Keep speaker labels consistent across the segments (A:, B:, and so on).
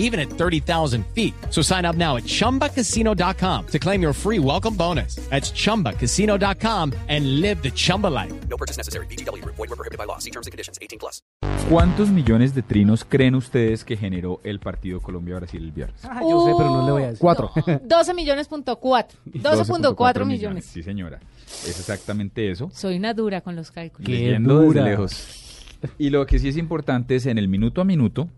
A: even at 30,000 feet. So sign up now at ChumbaCasino.com to claim your free welcome bonus. That's ChumbaCasino.com and live the Chumba life.
B: No purchase necessary. BGW. Void were prohibited by law. See terms and conditions. 18 plus.
C: ¿Cuántos millones de trinos creen ustedes que generó el partido Colombia-Brasil el viernes?
D: Ah, yo sé, pero no le voy a decir.
E: Cuatro.
F: 12 Oh, millones punto cuatro. 12.4 millones.
C: Sí, señora. Es exactamente eso.
F: Soy una dura con los cálculos.
D: Qué
C: Leyendo desde
D: dura.
C: lejos. Y lo que sí es importante es en el minuto a minuto,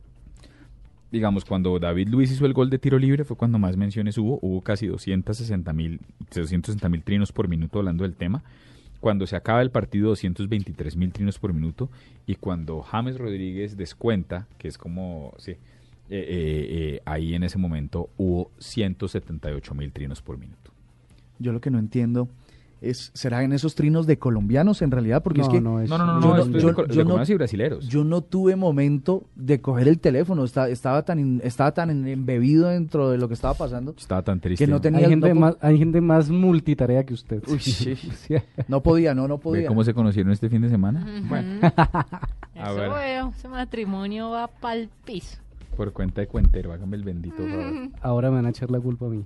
C: digamos, cuando David Luis hizo el gol de tiro libre, fue cuando más menciones hubo. Hubo casi 260 mil 260 mil trinos por minuto hablando del tema. Cuando se acaba el partido, 223 mil trinos por minuto. Y cuando James Rodríguez descuenta, que es como, sí, eh, eh, eh, ahí en ese momento hubo 178 mil trinos por minuto.
E: Yo lo que no entiendo es, ¿será en esos trinos de colombianos en realidad? Porque
D: No,
E: es que
D: no, es-
C: No, no, no, no,
E: Yo no-
C: esto es
E: yo-
C: de, col- de
E: yo no-
C: colombianos y brasileros.
E: yo no tuve momento de coger el teléfono. Esta- estaba, tan in- estaba tan en- embebido dentro de lo que estaba pasando
C: Estaba tan triste.
E: que no tenía...
D: Hay gente,
E: no, po-
D: más, hay gente más multitarea que usted. Sí.
E: no podía, no, no
C: ¿Ve
E: podía.
C: cómo se conocieron este fin de semana? A
F: Eso
C: ver.
F: veo. Ese matrimonio va pa'l piso.
C: Por cuenta de Cuentero, hágame el bendito favor.
D: Ahora me van a echar la culpa a mí.